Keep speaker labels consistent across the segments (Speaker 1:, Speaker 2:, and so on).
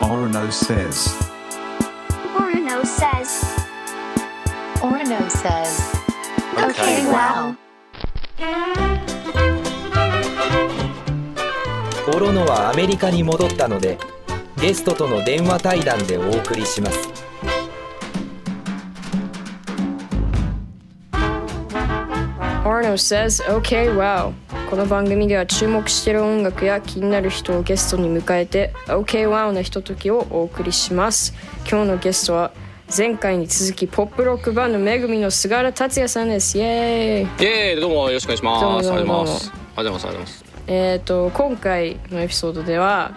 Speaker 1: Orono says.
Speaker 2: Orono says.
Speaker 3: Orono says.
Speaker 2: Okay, wow.
Speaker 4: オロノはアメリカに戻ったのでゲストとの電話対談でお送りします
Speaker 5: オーノ says OK wow この番組では注目している音楽や気になる人をゲストに迎えて OK wow なひとときをお送りします今日のゲストは前回に続きポップロックバンドめぐみの菅原達也さんですイエーイ
Speaker 6: イエーイどうもよろしくお願いします。
Speaker 5: ど
Speaker 6: あ
Speaker 5: うもどう
Speaker 6: り
Speaker 5: もどう
Speaker 6: ま
Speaker 5: も
Speaker 6: す。ありがとうございます。
Speaker 5: えっ、と今回のエピソードでは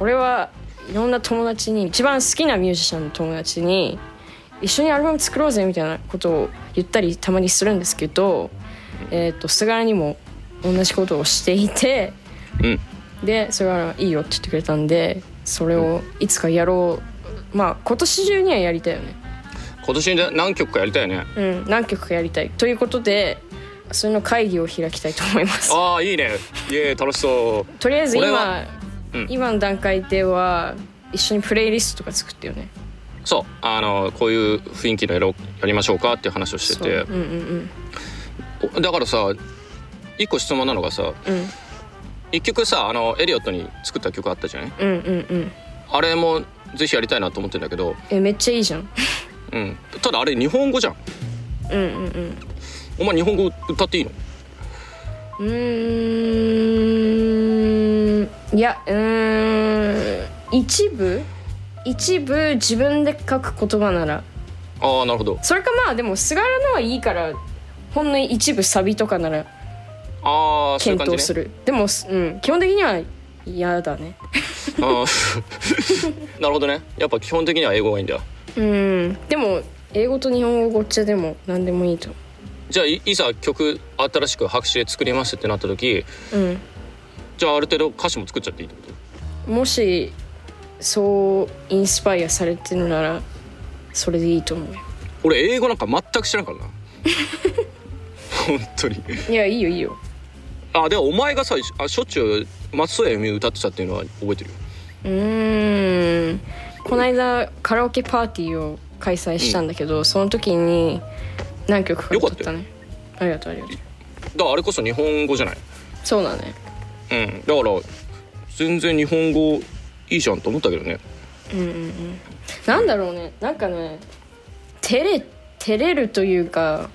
Speaker 5: 俺はいろんな友達に一番好きなミュージシャンの友達に一緒にアルバム作ろうぜみたいなことを言ったりたまにするんですけど、えっと菅原にも同じことをしていて
Speaker 6: うん。
Speaker 5: でそれはいいよって言ってくれたんでそれをいつかやろうまあ今年中にはやりたいよね
Speaker 6: 今年で何曲かやりたいね。
Speaker 5: うん何曲かやりたいということでそれの会議を開きたいと思います
Speaker 6: ああいいね。イエーイ楽しそ
Speaker 5: とりあえず
Speaker 6: これ
Speaker 5: 今
Speaker 6: は、うん
Speaker 5: 今の段階では一緒にプレイリストとか作ってよね
Speaker 6: う。そうあのこういう雰囲気の色やりましょうかっていう話をして
Speaker 5: そう
Speaker 6: て
Speaker 5: うんうん
Speaker 6: おだからさ一個質問なのがさ
Speaker 5: うんうん
Speaker 6: 一曲さあのエリオットに作った曲あったじゃない
Speaker 5: うんうんうん
Speaker 6: あれもぜひやりたいなと思ってるんだけど、
Speaker 5: えめっちゃいい じゃん
Speaker 6: うん、ただあれ日本語じゃん
Speaker 5: うんうんうん
Speaker 6: お前日本語歌っていいの
Speaker 5: うーんいやうーん一部一部自分で書く言葉なら
Speaker 6: ああなるほど
Speaker 5: それかまあでも菅原のはいいからほんの一部サビとかなら
Speaker 6: ああそういう
Speaker 5: 検
Speaker 6: 感
Speaker 5: 討
Speaker 6: じ
Speaker 5: す
Speaker 6: ね
Speaker 5: るでも、うん、基本的には嫌だね
Speaker 6: あー なるほどねやっぱ基本的には英語がいいんだよ
Speaker 5: うんでも英語と日本語ごっちゃでも何でもいいと思
Speaker 6: じゃあいいざ曲新しく白紙で作りますってなった時
Speaker 5: う、うん、
Speaker 6: じゃあある程度歌詞も作っちゃっていいってこと
Speaker 5: もしそうインスパイアされてるならそれでいいと思うよ
Speaker 6: 俺英語なんか全く知ら んからな本当に
Speaker 5: いやいいよいいよ
Speaker 6: あでもお前がさあしょっちゅう松任谷由実歌ってたっていうのは覚えてるよ
Speaker 5: うーんこの間カラオケパーティーを開催したんだけど、その時に何曲か歌ったねありがとうありがとう
Speaker 6: だからあれこそ日本語じゃない
Speaker 5: そうだね
Speaker 6: うんだから全然日本語いいじゃんと思ったけどね
Speaker 5: なんだろうねなんかね照れ照れるというか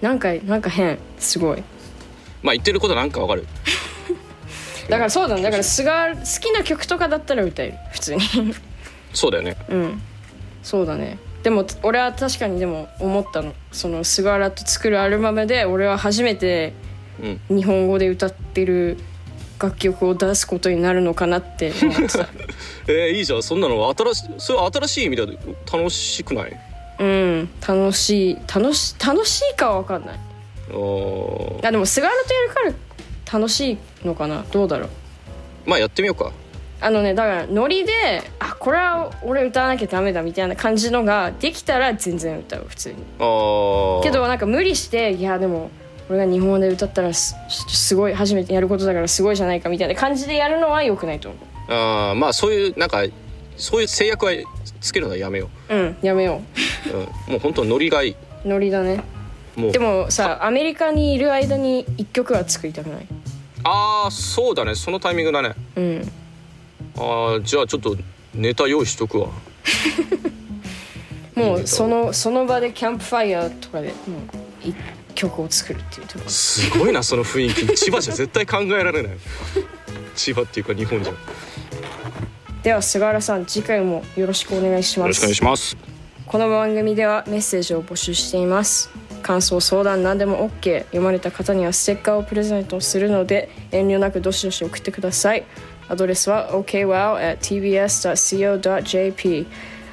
Speaker 5: なんかなんか変すごい
Speaker 6: まあ言ってることなんかわかる
Speaker 5: だからそうだねだから菅好きな曲とかだったら歌える普通に
Speaker 6: そうだよね
Speaker 5: うんそうだねでも俺は確かにでも思ったのその菅原と作るアルバムで俺は初めて
Speaker 6: うん
Speaker 5: 日本語で歌ってる楽曲を出すことになるのかなって思ってた
Speaker 6: えー、いいじゃんそんなの新しそれ新しい意味で楽しくない
Speaker 5: うん楽しい楽し楽しいかは分かんない
Speaker 6: あー
Speaker 5: あでも菅原とやるから楽しいのかなどうだろう
Speaker 6: まあやってみようか
Speaker 5: あのねだからノリであこれは俺歌わなきゃダメだみたいな感じのができたら全然歌う普通に
Speaker 6: あー
Speaker 5: けどなんか無理していやでも俺が日本語で歌ったらすすごい初めてやることだからすごいじゃないかみたいな感じでやるのは良くないと思
Speaker 6: あーまあそういうなんかそういう制約はつけるのはやめよ
Speaker 5: ううんやめよ
Speaker 6: う、うん、もう本当ノリがいいう
Speaker 5: ノリだね
Speaker 6: もう
Speaker 5: でもさアメリカにいる間に一曲は作りたくない
Speaker 6: ああそうだねそのタイミングだね
Speaker 5: うん
Speaker 6: ああじゃあちょっとネタ用意しとくわ
Speaker 5: もうそのその場でキャンプファイヤーとかでもう一曲を作るっていうところ
Speaker 6: すごいなその雰囲気千葉じゃ絶対考えられない千葉っていうか日本じゃ よ
Speaker 5: では菅原さん次回もよろしくお願いします
Speaker 6: ろしくお願いします
Speaker 5: この番組ではメッセージを募集しています感想相談何でも OK 読まれた方にはステッカーをプレゼントするので遠慮なくどしどし送ってくださいアドレスは okwow.tbs.co.jp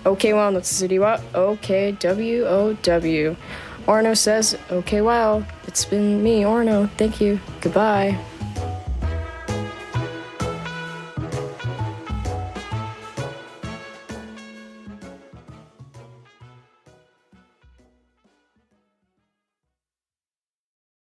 Speaker 5: okwow の綴りは okwow Arno says, okay, wow. It's been me, Arno. Thank you. Goodbye.